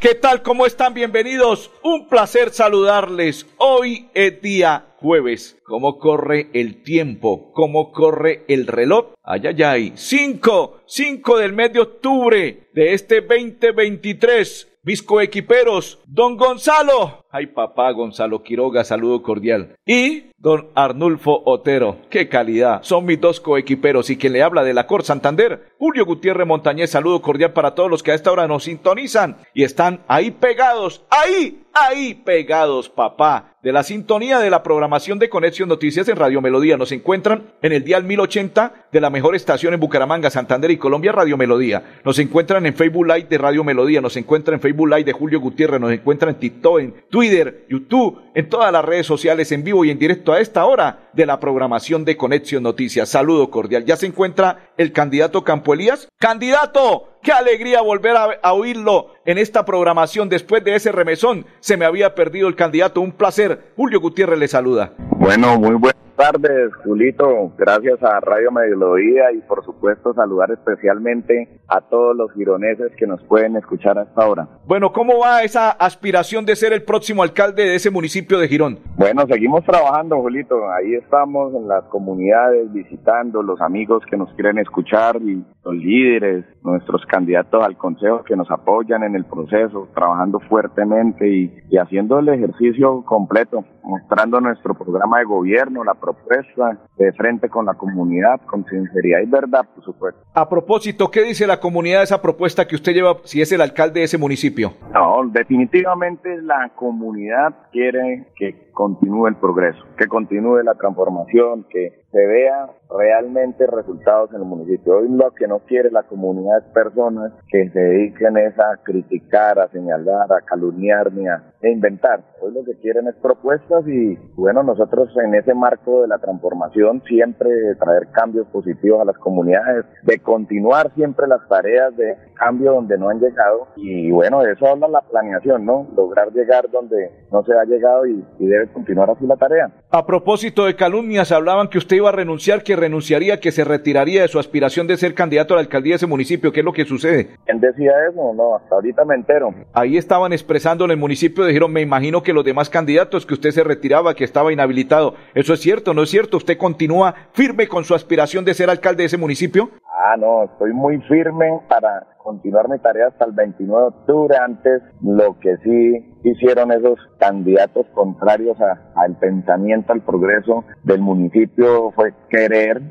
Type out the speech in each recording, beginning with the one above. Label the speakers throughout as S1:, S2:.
S1: ¿qué tal? ¿Cómo están? Bienvenidos. Un placer saludarles. Hoy es día jueves. ¿Cómo corre el tiempo? ¿Cómo corre el reloj? Ay, ay, ay. 5, 5 del mes de octubre de este 2023. Mis coequiperos, don Gonzalo. Ay, papá, Gonzalo Quiroga, saludo cordial. Y don Arnulfo Otero. Qué calidad. Son mis dos coequiperos y quien le habla de la Cor Santander, Julio Gutiérrez Montañez. Saludo cordial para todos los que a esta hora nos sintonizan y están ahí pegados, ahí, ahí pegados, papá. De la sintonía de la programación de Conexión Noticias en Radio Melodía nos encuentran en el dial 1080 de la mejor estación en Bucaramanga, Santander y Colombia, Radio Melodía. Nos encuentran en Facebook Live de Radio Melodía, nos encuentran en Facebook Live de Julio Gutiérrez, nos encuentran en TikTok, en Twitter, YouTube, en todas las redes sociales en vivo y en directo a esta hora de la programación de Conexión Noticias. Saludo cordial. Ya se encuentra el candidato Campo Elías. ¡Candidato! Qué alegría volver a, a, oírlo en esta programación después de ese remesón. Se me había perdido el candidato. Un placer. Julio Gutiérrez le saluda.
S2: Bueno, muy buenas tardes, Julito. Gracias a Radio Mediodía y por supuesto saludar especialmente a todos los gironeses que nos pueden escuchar hasta ahora.
S1: Bueno, ¿cómo va esa aspiración de ser el próximo alcalde de ese municipio de Girón?
S2: Bueno, seguimos trabajando, Julito. Ahí estamos en las comunidades visitando los amigos que nos quieren escuchar, los líderes, nuestros candidatos al consejo que nos apoyan en el proceso, trabajando fuertemente y, y, haciendo el ejercicio completo, mostrando nuestro programa de gobierno, la propuesta de frente con la comunidad, con sinceridad y verdad, por supuesto.
S1: A propósito, ¿qué dice la comunidad de esa propuesta que usted lleva si es el alcalde de ese municipio?
S2: No, definitivamente la comunidad quiere que continúe el progreso, que continúe la transformación, que se vea realmente resultados en el municipio. Hoy lo que no quiere la comunidad es personas que se dediquen es a criticar, a señalar, a calumniar ni a e inventar. Hoy lo que quieren es propuestas y bueno, nosotros en ese marco de la transformación siempre de traer cambios positivos a las comunidades, de continuar siempre las tareas de cambio donde no han llegado y bueno, de eso habla la planeación, ¿no? Lograr llegar donde no se ha llegado y, y debe continuar así la tarea.
S1: A propósito de calumnias, hablaban que usted iba a renunciar, que renunciaría, que se retiraría de su aspiración de ser candidato a la alcaldía de ese municipio. ¿Qué es lo que sucede?
S2: ¿Quién decía eso? No, hasta ahorita me entero.
S1: Ahí estaban expresando en el municipio, dijeron, me imagino que los demás candidatos, que usted se retiraba, que estaba inhabilitado. ¿Eso es cierto? ¿No es cierto? ¿Usted continúa firme con su aspiración de ser alcalde de ese municipio?
S2: Ah, no, estoy muy firme para continuar mi tarea hasta el 29 de octubre. Antes, lo que sí hicieron esos candidatos contrarios a, al pensamiento, al progreso del municipio fue querer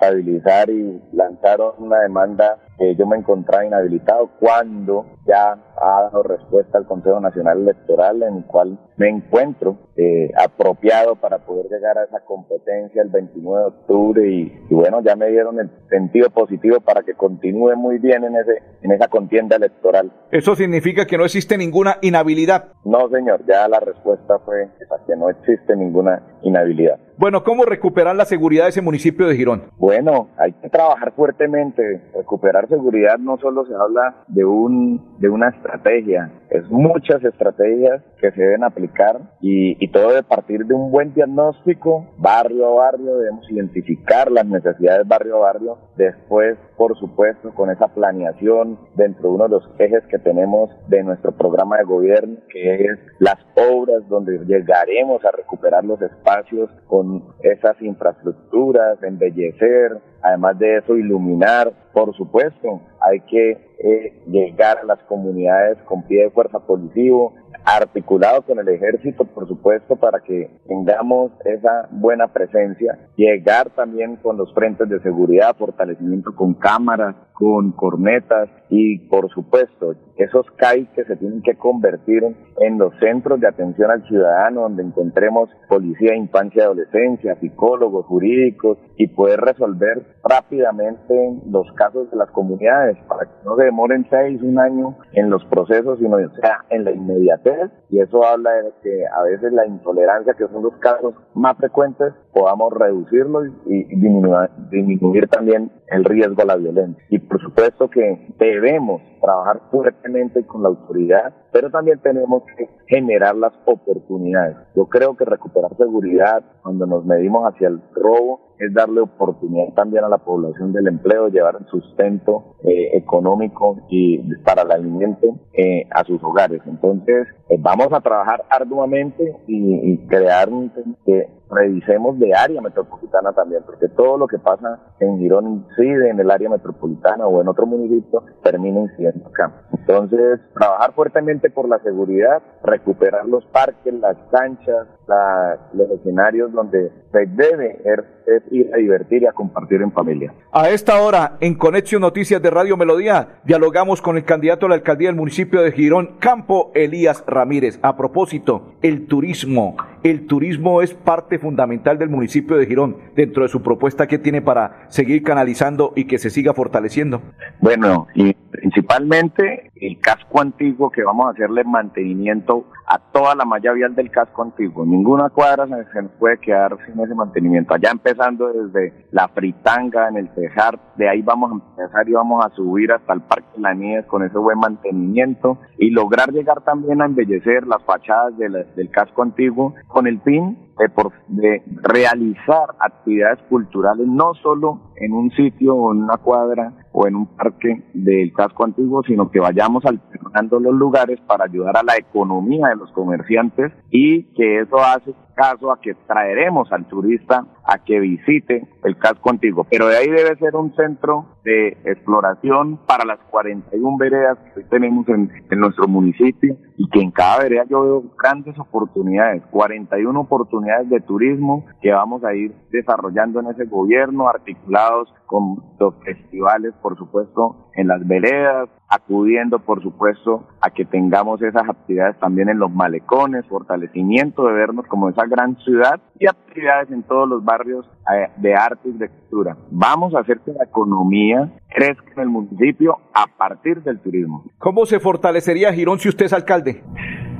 S2: desestabilizar y lanzaron una demanda que yo me encontraba inhabilitado cuando ya ha dado respuesta al Consejo Nacional Electoral en el cual me encuentro eh, apropiado para poder llegar a esa competencia el 29 de octubre y, y bueno, ya me dieron el sentido positivo para que continúe muy bien en, ese, en esa contienda electoral.
S1: ¿Eso significa que no existe ninguna inhabilidad?
S2: No, señor, ya la respuesta fue esa, que no existe ninguna inhabilidad.
S1: Bueno, ¿cómo recuperar la seguridad de ese municipio de Girón?
S2: Bueno, hay que trabajar fuertemente. Recuperar seguridad no solo se habla de, un, de una estrategia, es muchas estrategias que se deben aplicar y, y todo de partir de un buen diagnóstico, barrio a barrio, debemos identificar las necesidades barrio a barrio, después, por supuesto, con esa planeación dentro de uno de los ejes que tenemos de nuestro programa de gobierno, que es las obras donde llegaremos a recuperar los espacios con esas infraestructuras, embellecer, además de eso iluminar, por supuesto, hay que eh, llegar a las comunidades con pie de fuerza positivo, articulado con el ejército, por supuesto, para que tengamos esa buena presencia, llegar también con los frentes de seguridad, fortalecimiento con cámaras, con cornetas y, por supuesto, esos CAI que se tienen que convertir en los centros de atención al ciudadano, donde encontremos policía, infancia, adolescencia, psicólogos, jurídicos y poder resolver rápidamente los casos de las comunidades para que no se demoren seis, un año en los procesos, sino o sea, en la inmediatez. Y eso habla de que a veces la intolerancia, que son los casos más frecuentes, podamos reducirlo y, y disminuir, disminuir también el riesgo a la violencia. Y por supuesto que debemos trabajar fuertemente con la autoridad, pero también tenemos que generar las oportunidades. Yo creo que recuperar seguridad cuando nos medimos hacia el robo es darle oportunidad también a la población del empleo, llevar el sustento eh, económico y para el alimento eh, a sus hogares. Entonces, eh, vamos a trabajar arduamente y, y crear un, que revisemos de área metropolitana también, porque todo lo que pasa en Girón incide en el área metropolitana o en otro municipio, termina incidiendo acá. Entonces, trabajar fuertemente por la seguridad, recuperar los parques, las canchas, la, los escenarios donde se debe er, es ir a divertir y a compartir en familia.
S1: A esta hora, en Conexión Noticias de Radio Melodía, dialogamos con el candidato a la alcaldía del municipio de Girón, Campo Elías Ramírez. A propósito, el turismo. El turismo es parte fundamental del municipio de Girón dentro de su propuesta que tiene para seguir canalizando y que se siga fortaleciendo.
S2: Bueno, y principalmente el casco antiguo que vamos a hacerle mantenimiento a toda la malla vial del casco antiguo. Ninguna cuadra se nos puede quedar sin ese mantenimiento. Allá empezando desde la fritanga en el Tejar, de ahí vamos a empezar y vamos a subir hasta el Parque La Nieves con ese buen mantenimiento y lograr llegar también a embellecer las fachadas de la, del casco antiguo con el fin de, por, de, realizar actividades culturales no solo en un sitio o en una cuadra o en un parque del casco antiguo, sino que vayamos alternando los lugares para ayudar a la economía de los comerciantes y que eso hace caso a que traeremos al turista a que visite el casco antiguo. Pero de ahí debe ser un centro de exploración para las 41 veredas que hoy tenemos en, en nuestro municipio y que en cada vereda yo veo grandes oportunidades, 41 oportunidades de turismo que vamos a ir desarrollando en ese gobierno, articulados con los festivales, por supuesto, en las veredas, acudiendo, por supuesto, a que tengamos esas actividades también en los malecones, fortalecimiento de vernos como esa gran ciudad y actividades en todos los barrios eh, de arte y de cultura. Vamos a hacer que la economía crezca en el municipio a partir del turismo.
S1: ¿Cómo se fortalecería Girón si usted es alcalde?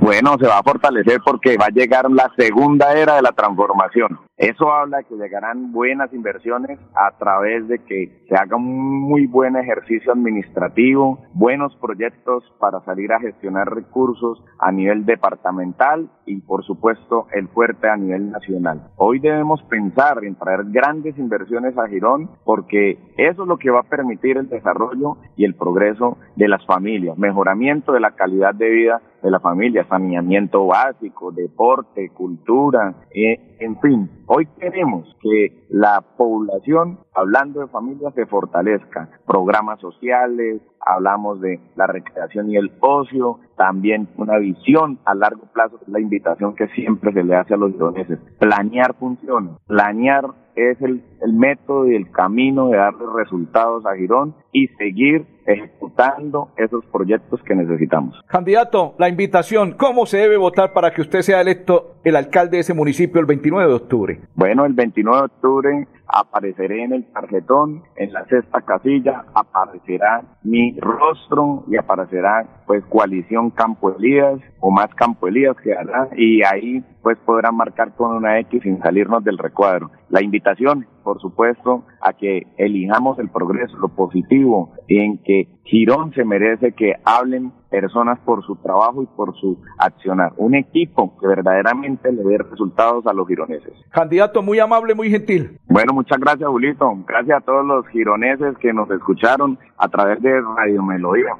S2: Bueno, se va a fortalecer porque va a llegar la segunda era de la transformación. Eso habla de que llegarán buenas inversiones a través de que se haga un muy buen ejercicio administrativo, buenos proyectos para salir a gestionar recursos a nivel departamental y por supuesto el fuerte a nivel nacional. Hoy debemos pensar en traer grandes inversiones a Girón porque eso es lo que va a permitir el desarrollo y el progreso de las familias, mejoramiento de la calidad de vida de la familia, saneamiento básico, deporte, cultura, eh, en fin. Hoy queremos que la población, hablando de familia, se fortalezca. Programas sociales, hablamos de la recreación y el ocio, también una visión a largo plazo, la invitación que siempre se le hace a los leoneses. Planear funciona, planear es el, el método y el camino de darle resultados a Girón y seguir ejecutando esos proyectos que necesitamos.
S1: Candidato, la invitación, ¿cómo se debe votar para que usted sea electo el alcalde de ese municipio el 29 de octubre?
S2: Bueno, el 29 de octubre apareceré en el tarjetón, en la sexta casilla, aparecerá mi rostro y aparecerá pues coalición Campo Elías o más Campo Elías que hará y ahí pues podrán marcar con una X sin salirnos del recuadro. La invitación, por supuesto, a que elijamos el progreso, lo positivo, en que Girón se merece que hablen personas por su trabajo y por su accionar. Un equipo que verdaderamente le dé resultados a los gironeses.
S1: Candidato muy amable, muy gentil.
S2: Bueno, muchas gracias, Julito. Gracias a todos los gironeses que nos escucharon a través de Radio Melodía.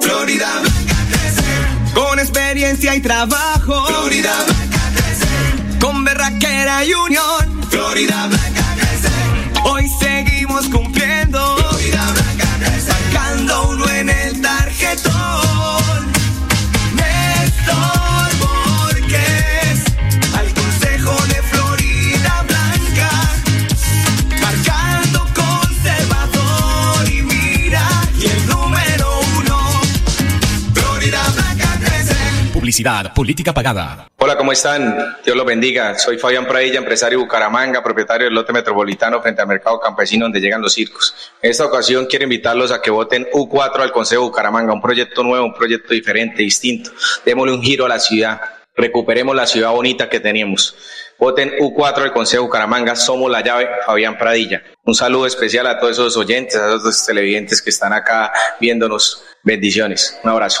S3: Florida Blanca crecer.
S4: Con experiencia y trabajo.
S3: Florida Blanca crecer.
S4: Con berraquera y unión.
S3: Florida Blanca crecer.
S4: Hoy seguimos cumpliendo.
S3: Florida Blanca crecer.
S4: Sacando uno en el tarjetón. Néstor Borges. Al consejo de Florida Blanca. Marcando conservador. Y mira, y el número
S5: Publicidad, política pagada.
S6: Hola, ¿cómo están? Dios los bendiga. Soy Fabián Pradilla, empresario de Bucaramanga, propietario del lote metropolitano frente al mercado campesino donde llegan los circos. En esta ocasión quiero invitarlos a que voten U4 al Consejo de Bucaramanga, un proyecto nuevo, un proyecto diferente, distinto. Démosle un giro a la ciudad. Recuperemos la ciudad bonita que teníamos. Voten U4 al Consejo de Bucaramanga. Somos la llave, Fabián Pradilla. Un saludo especial a todos esos oyentes, a esos televidentes que están acá viéndonos. Bendiciones. Un abrazo.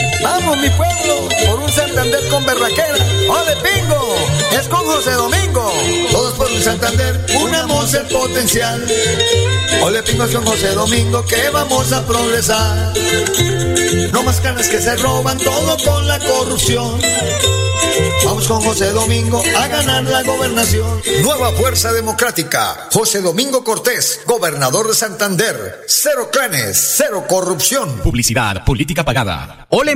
S7: Vamos mi pueblo, por un Santander con berraquera. ¡Ole pingo! Es con José Domingo. Todos por un Santander, unamos el potencial. Ole pingo es con José Domingo que vamos a progresar. No más canas que se roban todo con la corrupción. Vamos con José Domingo a ganar la gobernación.
S8: Nueva Fuerza Democrática. José Domingo Cortés, gobernador de Santander. Cero clanes, cero corrupción.
S5: Publicidad, política pagada.
S9: Ole,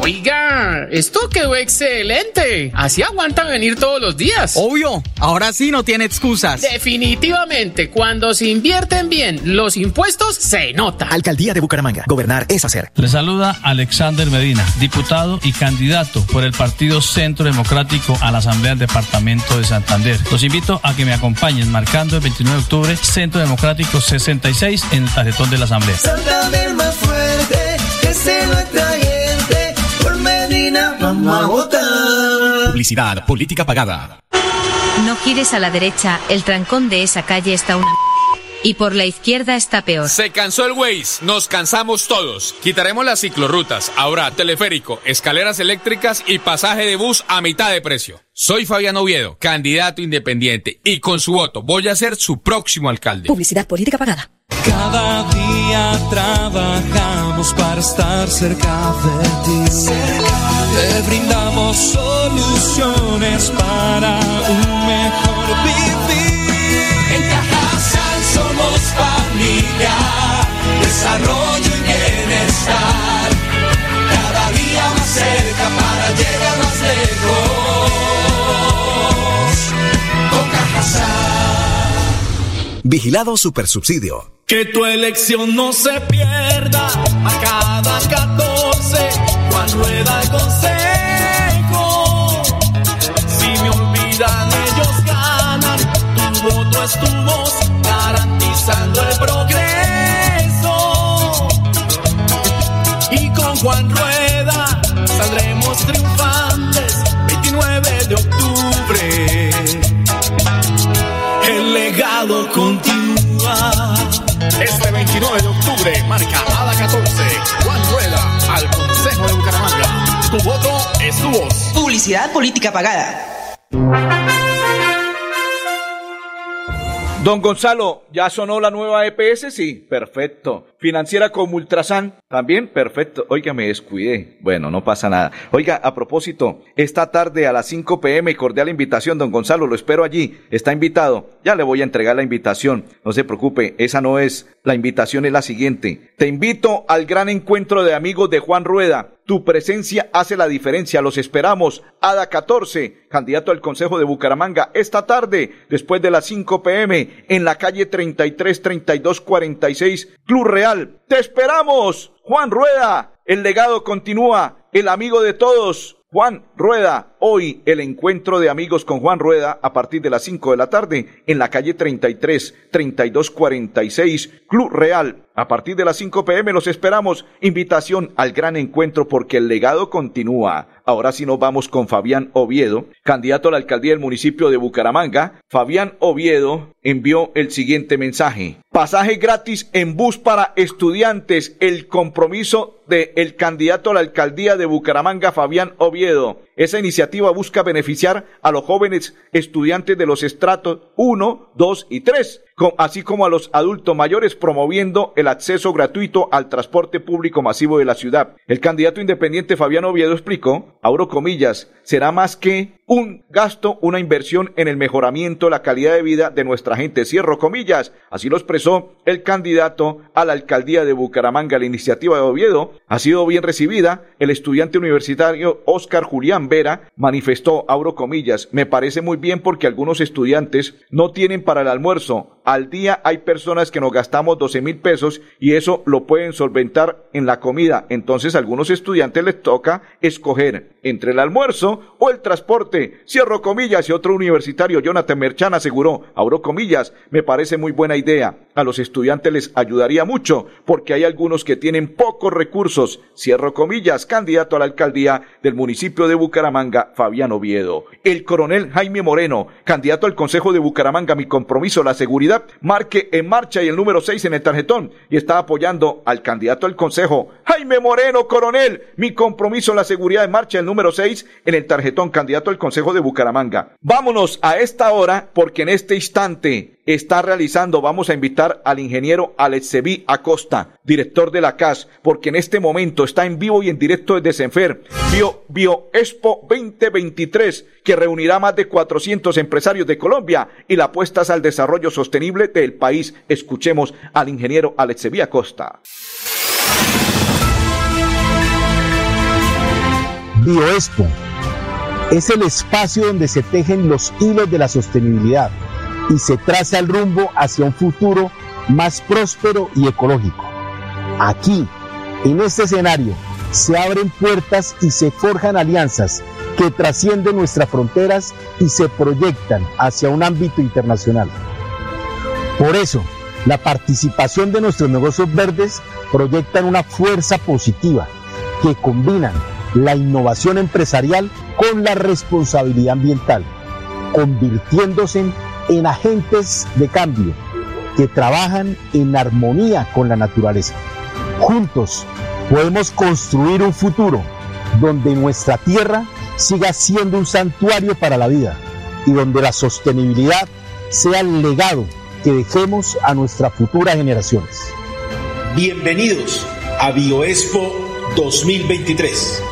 S10: Oiga, esto quedó excelente. Así aguantan venir todos los días.
S9: Obvio, ahora sí no tiene excusas.
S10: Definitivamente, cuando se invierten bien los impuestos, se nota.
S11: Alcaldía de Bucaramanga, gobernar es hacer.
S12: Le saluda Alexander Medina, diputado y candidato por el Partido Centro Democrático a la Asamblea del Departamento de Santander. Los invito a que me acompañen marcando el 29 de octubre Centro Democrático 66 en el tarjetón de la Asamblea.
S13: Santander más fuerte, que se lo vamos a votar.
S5: Publicidad, política pagada.
S14: No gires a la derecha, el trancón de esa calle está una... Y por la izquierda está peor.
S15: Se cansó el Waze, nos cansamos todos. Quitaremos las ciclorrutas, ahora teleférico, escaleras eléctricas y pasaje de bus a mitad de precio. Soy Fabián Oviedo, candidato independiente, y con su voto voy a ser su próximo alcalde.
S16: Publicidad política pagada.
S17: Cada día trabajamos para estar cerca de ti. Te brindamos soluciones para un mejor vivir.
S18: En Cajasal somos familia, desarrollo y bienestar. Cada día más cerca para llegar más lejos. Con Cajasal.
S19: Vigilado Supersubsidio.
S20: Que tu elección no se pierda a cada 14 Juan Rueda consejo. Si me olvidan ellos ganan, tu voto es tu voz, garantizando el progreso. Y con Juan Rueda saldremos triunfantes 29 de octubre. El legado continúa.
S21: Este 29 de octubre marca ADA 14. Juan Rueda al Consejo de Bucaramanga. Tu voto es tu voz.
S10: Publicidad política pagada.
S1: Don Gonzalo, ¿ya sonó la nueva EPS? Sí, perfecto. Financiera con Ultrasan, también perfecto. Oiga, me descuidé. Bueno, no pasa nada. Oiga, a propósito, esta tarde a las 5 pm, cordial invitación, don Gonzalo, lo espero allí. Está invitado. Ya le voy a entregar la invitación. No se preocupe, esa no es. La invitación es la siguiente. Te invito al gran encuentro de amigos de Juan Rueda. Tu presencia hace la diferencia. Los esperamos. Ada 14, candidato al Consejo de Bucaramanga, esta tarde, después de las 5 pm, en la calle 33 32 46, Club Real. ¡Te esperamos! Juan Rueda, el legado continúa, el amigo de todos. Juan Rueda, hoy el encuentro de amigos con Juan Rueda a partir de las 5 de la tarde en la calle 33 3246 Club Real. A partir de las 5 pm los esperamos. Invitación al gran encuentro porque el legado continúa. Ahora sí nos vamos con Fabián Oviedo, candidato a la alcaldía del municipio de Bucaramanga. Fabián Oviedo envió el siguiente mensaje. Pasaje gratis en bus para estudiantes. El compromiso del el candidato a la alcaldía de Bucaramanga, Fabián Oviedo. Esa iniciativa busca beneficiar a los jóvenes estudiantes de los estratos 1, 2 y 3, así como a los adultos mayores, promoviendo el acceso gratuito al transporte público masivo de la ciudad. El candidato independiente Fabián Oviedo explicó, abro comillas, será más que un gasto, una inversión en el mejoramiento de la calidad de vida de nuestra gente. Cierro comillas. Así lo expresó el candidato a la alcaldía de Bucaramanga. La iniciativa de Oviedo ha sido bien recibida. El estudiante universitario Oscar Julián Vera manifestó, abro comillas, me parece muy bien porque algunos estudiantes no tienen para el almuerzo. Al día hay personas que nos gastamos 12 mil pesos y eso lo pueden solventar en la comida. Entonces a algunos estudiantes les toca escoger entre el almuerzo o el transporte. Cierro comillas y otro universitario, Jonathan Merchan, aseguró, abro comillas, me parece muy buena idea. A los estudiantes les ayudaría mucho porque hay algunos que tienen pocos recursos. Cierro comillas, candidato a la alcaldía del municipio de Bucaramanga, Fabián Oviedo. El coronel Jaime Moreno, candidato al Consejo de Bucaramanga, mi compromiso, la seguridad, marque en marcha y el número 6 en el tarjetón y está apoyando al candidato al Consejo, Jaime Moreno, coronel, mi compromiso, la seguridad en marcha, el número 6 en el tarjetón, candidato al Consejo de Bucaramanga. Vámonos a esta hora porque en este instante está realizando, vamos a invitar al ingeniero Alexevi Acosta, director de la CAS, porque en este momento está en vivo y en directo desde Senfer, Bio, Bio Expo 2023, que reunirá más de 400 empresarios de Colombia y la apuestas al desarrollo sostenible del país. Escuchemos al ingeniero Alexevi Acosta.
S22: Bioexpo es el espacio donde se tejen los hilos de la sostenibilidad y se traza el rumbo hacia un futuro más próspero y ecológico. Aquí, en este escenario, se abren puertas y se forjan alianzas que trascienden nuestras fronteras y se proyectan hacia un ámbito internacional. Por eso, la participación de nuestros negocios verdes proyectan una fuerza positiva que combinan la innovación empresarial con la responsabilidad ambiental, convirtiéndose en en agentes de cambio que trabajan en armonía con la naturaleza. Juntos podemos construir un futuro donde nuestra tierra siga siendo un santuario para la vida y donde la sostenibilidad sea el legado que dejemos a nuestras futuras generaciones.
S23: Bienvenidos a BioExpo 2023.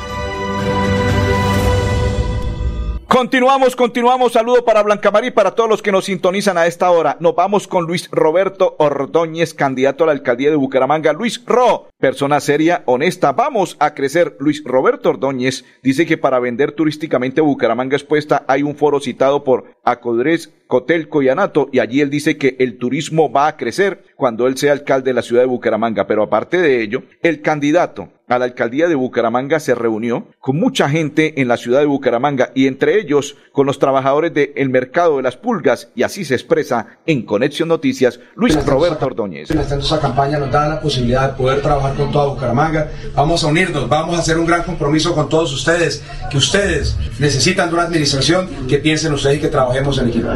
S1: Continuamos, continuamos. Saludo para Blancamar y para todos los que nos sintonizan a esta hora. Nos vamos con Luis Roberto Ordóñez, candidato a la alcaldía de Bucaramanga. Luis Ro, persona seria, honesta. Vamos a crecer. Luis Roberto Ordóñez dice que para vender turísticamente Bucaramanga expuesta hay un foro citado por Acodres, Cotelco y Anato y allí él dice que el turismo va a crecer cuando él sea alcalde de la ciudad de Bucaramanga. Pero aparte de ello, el candidato a la alcaldía de Bucaramanga se reunió con mucha gente en la ciudad de Bucaramanga y entre ellos con los trabajadores del de mercado de las pulgas y así se expresa en Conexión Noticias Luis Roberto Ordóñez.
S24: En esta campaña nos da la posibilidad de poder trabajar con toda Bucaramanga. Vamos a unirnos, vamos a hacer un gran compromiso con todos ustedes, que ustedes necesitan de una administración que piensen ustedes y que trabajemos en equipo.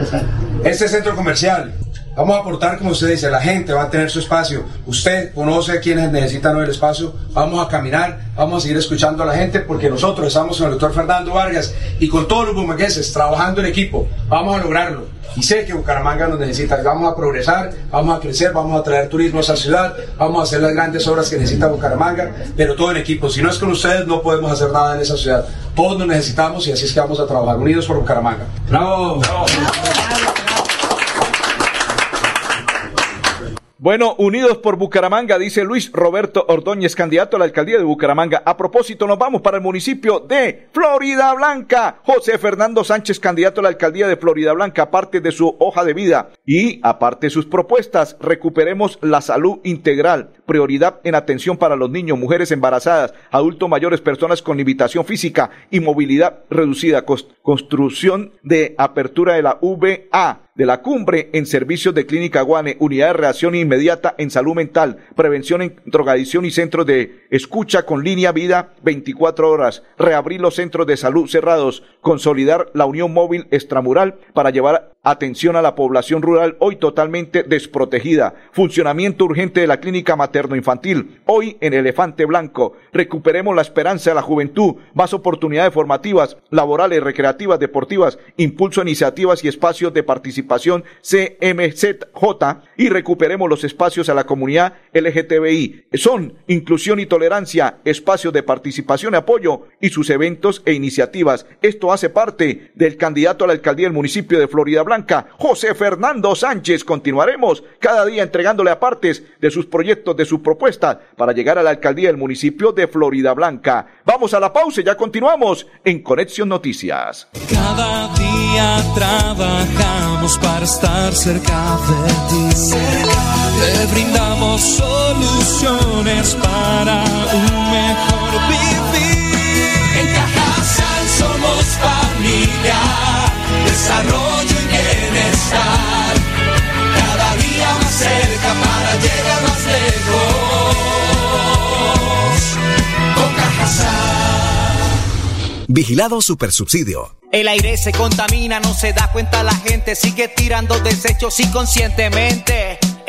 S24: Este centro comercial Vamos a aportar, como usted dice, la gente va a tener su espacio. Usted conoce a quienes necesitan el espacio. Vamos a caminar, vamos a seguir escuchando a la gente porque nosotros estamos con el doctor Fernando Vargas y con todos los bumagueses trabajando en equipo. Vamos a lograrlo. Y sé que Bucaramanga nos necesita. Vamos a progresar, vamos a crecer, vamos a traer turismo a esa ciudad, vamos a hacer las grandes obras que necesita Bucaramanga, pero todo en equipo. Si no es con ustedes, no podemos hacer nada en esa ciudad. Todos nos necesitamos y así es que vamos a trabajar unidos por Bucaramanga. ¡Bravo! ¡Bravo!
S1: Bueno, unidos por Bucaramanga, dice Luis Roberto Ordóñez, candidato a la alcaldía de Bucaramanga. A propósito, nos vamos para el municipio de Florida Blanca. José Fernando Sánchez, candidato a la alcaldía de Florida Blanca, aparte de su hoja de vida y aparte de sus propuestas, recuperemos la salud integral, prioridad en atención para los niños, mujeres embarazadas, adultos mayores, personas con limitación física y movilidad reducida, construcción de apertura de la VA de la cumbre en servicios de clínica Guane, unidad de reacción inmediata en salud mental, prevención en drogadicción y centros de escucha con línea vida 24 horas, reabrir los centros de salud cerrados, consolidar la unión móvil extramural para llevar atención a la población rural hoy totalmente desprotegida, funcionamiento urgente de la clínica materno-infantil, hoy en Elefante Blanco, recuperemos la esperanza de la juventud, más oportunidades formativas, laborales, recreativas, deportivas, impulso a iniciativas y espacios de participación CMZJ y recuperemos los espacios a la comunidad LGTBI. Son inclusión y tolerancia, espacios de participación y apoyo y sus eventos e iniciativas. Esto hace parte del candidato a la alcaldía del municipio de Florida Blanca, José Fernando Sánchez. Continuaremos cada día entregándole a partes de sus proyectos, de sus propuestas para llegar a la alcaldía del municipio de Florida Blanca. Vamos a la pausa y ya continuamos en Conexión Noticias.
S17: Cada día trabajamos para estar cerca de ti. Te brindamos soluciones para un mejor vivir.
S18: En Cajasal somos familia, desarrollo y bienestar. Cada día más cerca para llegar más lejos. Con Cajasal.
S23: Vigilado Supersubsidio.
S25: El aire se contamina, no se da cuenta la gente, sigue tirando desechos inconscientemente.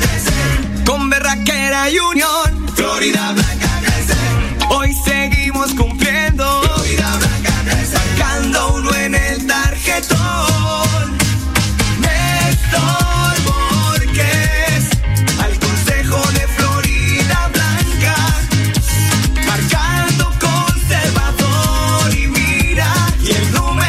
S18: crecer.
S25: Con berraquera y unión.
S18: Florida Blanca crecer.
S25: Hoy seguimos cumpliendo.
S18: Florida Blanca crecer.
S25: Sacando uno en el tarjetón.
S18: Néstor Borges. Al consejo de Florida Blanca. Marcando conservador y mira. Y el número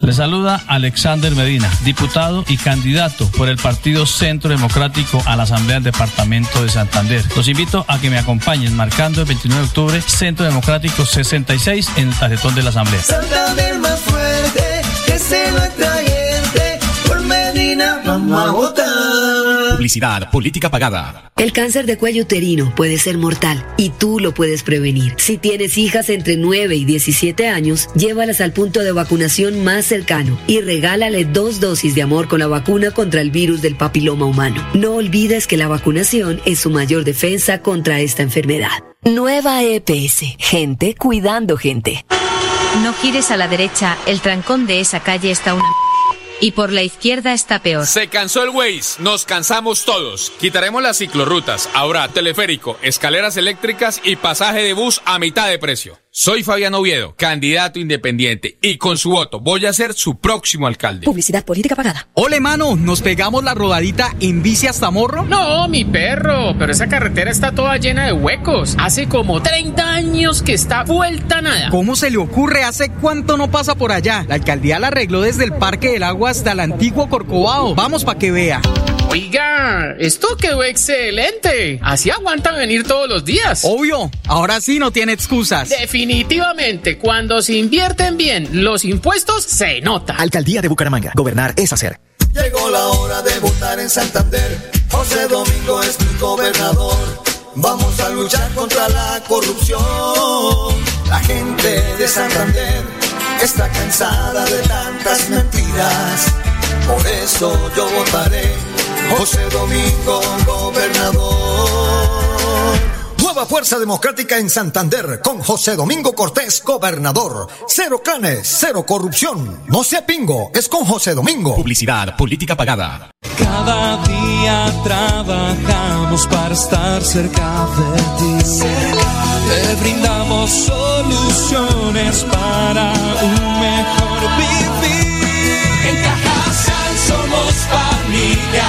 S12: Le saluda Alexander Medina, diputado y candidato por el Partido Centro Democrático a la Asamblea del Departamento de Santander. Los invito a que me acompañen marcando el 29 de octubre Centro Democrático 66 en el tarjetón de la Asamblea.
S4: Santander más fuerte, que se lo atrayente, por Medina vamos a votar.
S5: Publicidad, política pagada.
S26: El cáncer de cuello uterino puede ser mortal y tú lo puedes prevenir. Si tienes hijas entre 9 y 17 años, llévalas al punto de vacunación más cercano y regálale dos dosis de amor con la vacuna contra el virus del papiloma humano. No olvides que la vacunación es su mayor defensa contra esta enfermedad. E
S27: Nueva EPS, gente cuidando gente.
S14: No gires a la derecha, el trancón de esa calle está una... Y por la izquierda está peor.
S15: Se cansó el Waze, nos cansamos todos. Quitaremos las ciclorrutas, ahora teleférico, escaleras eléctricas y pasaje de bus a mitad de precio. Soy Fabián Oviedo, candidato independiente, y con su voto voy a ser su próximo alcalde.
S28: Publicidad política pagada.
S29: Ole, mano, ¿nos pegamos la rodadita en bici hasta morro?
S10: No, mi perro, pero esa carretera está toda llena de huecos. Hace como 30 años que está vuelta nada.
S29: ¿Cómo se le ocurre? ¿Hace cuánto no pasa por allá? La alcaldía la arregló desde el Parque del Agua hasta el antiguo Corcovado. Vamos para que vea.
S10: Oiga, esto quedó excelente. Así aguantan venir todos los días.
S29: Obvio, ahora sí no tiene excusas.
S10: Definitivamente, cuando se invierten bien los impuestos, se nota.
S25: Alcaldía de Bucaramanga, gobernar es hacer.
S18: Llegó la hora de votar en Santander. José Domingo es mi gobernador. Vamos a luchar contra la corrupción. La gente de Santander está cansada de tantas mentiras. Por eso yo votaré José Domingo, gobernador.
S7: Nueva Fuerza Democrática en Santander con José Domingo Cortés, gobernador. Cero clanes, cero corrupción. No sea pingo, es con José Domingo.
S5: Publicidad, política pagada.
S17: Cada día trabajamos para estar cerca de ti. Te brindamos soluciones para un mejor vivir.
S18: En Cajasal somos familia,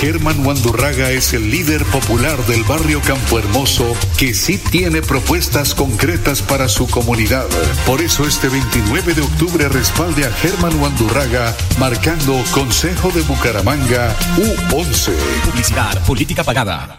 S30: Germán Wandurraga es el líder popular del barrio Campo Hermoso que sí tiene propuestas concretas para su comunidad. Por eso este 29 de octubre respalde a Germán Wandurraga marcando Consejo de Bucaramanga U11.
S5: Publicidad, política pagada.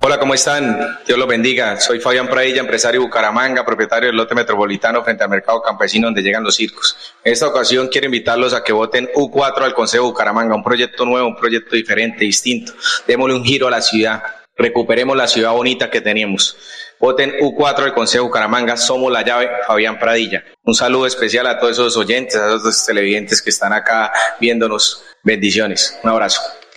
S6: Hola, ¿cómo están? Dios los bendiga. Soy Fabián Pradilla, empresario de Bucaramanga, propietario del lote metropolitano frente al mercado campesino donde llegan los circos. En esta ocasión quiero invitarlos a que voten U4 al Consejo de Bucaramanga, un proyecto nuevo, un proyecto diferente, distinto. Démosle un giro a la ciudad, recuperemos la ciudad bonita que tenemos. Voten U4 del Consejo Bucaramanga, somos la llave, Fabián Pradilla. Un saludo especial a todos esos oyentes, a esos televidentes que están acá viéndonos. Bendiciones, un abrazo.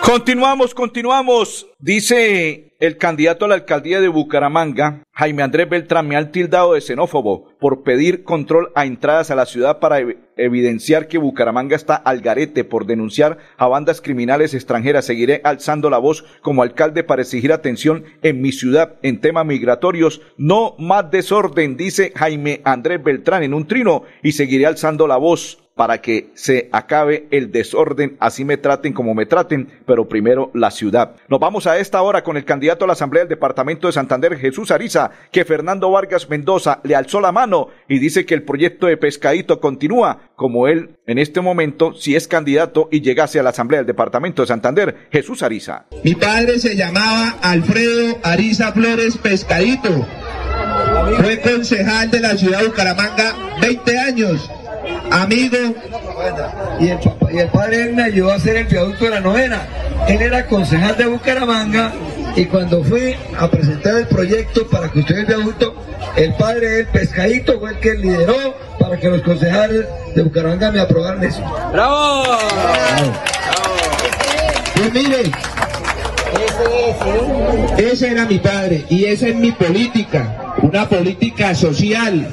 S1: Continuamos, continuamos. Dice el candidato a la alcaldía de Bucaramanga, Jaime Andrés Beltrán, me han tildado de xenófobo por pedir control a entradas a la ciudad para ev evidenciar que Bucaramanga está al garete por denunciar a bandas criminales extranjeras. Seguiré alzando la voz como alcalde para exigir atención en mi ciudad en temas migratorios. No más desorden, dice Jaime Andrés Beltrán en un trino y seguiré alzando la voz. para que se acabe el desorden, así me traten como me traten, pero primero la ciudad. Nos vamos a esta hora con el candidato a la Asamblea del Departamento de Santander, Jesús Ariza, que Fernando Vargas Mendoza le alzó la mano y dice que el proyecto de Pescadito continúa, como él en este momento, si es candidato y llegase a la Asamblea del Departamento de Santander, Jesús Ariza.
S31: Mi padre se llamaba Alfredo Ariza Flores Pescadito. Fue concejal de la ciudad de Bucaramanga 20 años amigo.
S7: Y el, papá, y el padre él me ayudó a hacer el viaducto de la novena. Él era concejal de Bucaramanga y cuando fui a presentar el proyecto para construir el viaducto, el padre del pescadito fue el que lideró para que los concejales de Bucaramanga me aprobaran eso.
S31: ¡Bravo! ¡Bravo!
S7: Pues mire,
S31: ese era mi padre y esa es mi política, una política social,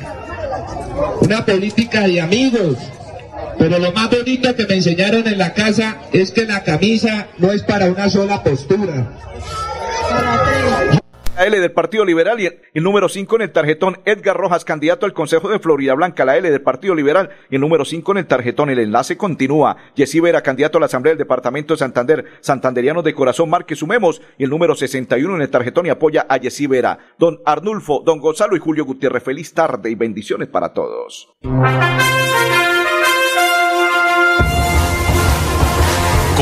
S31: una política de amigos. Pero lo más bonito que me enseñaron en la casa es que la camisa no es para una sola postura.
S1: La L del Partido Liberal y el, el número 5 en el tarjetón Edgar Rojas, candidato al Consejo de Florida Blanca, la L del Partido Liberal y el número 5 en el tarjetón. El enlace continúa. Yesí Vera, candidato a la Asamblea del Departamento de Santander, Santanderianos de Corazón, Márquez Sumemos y el número 61 en el tarjetón y apoya a Yesí Vera. Don Arnulfo, don Gonzalo y Julio Gutiérrez, feliz tarde y bendiciones para todos.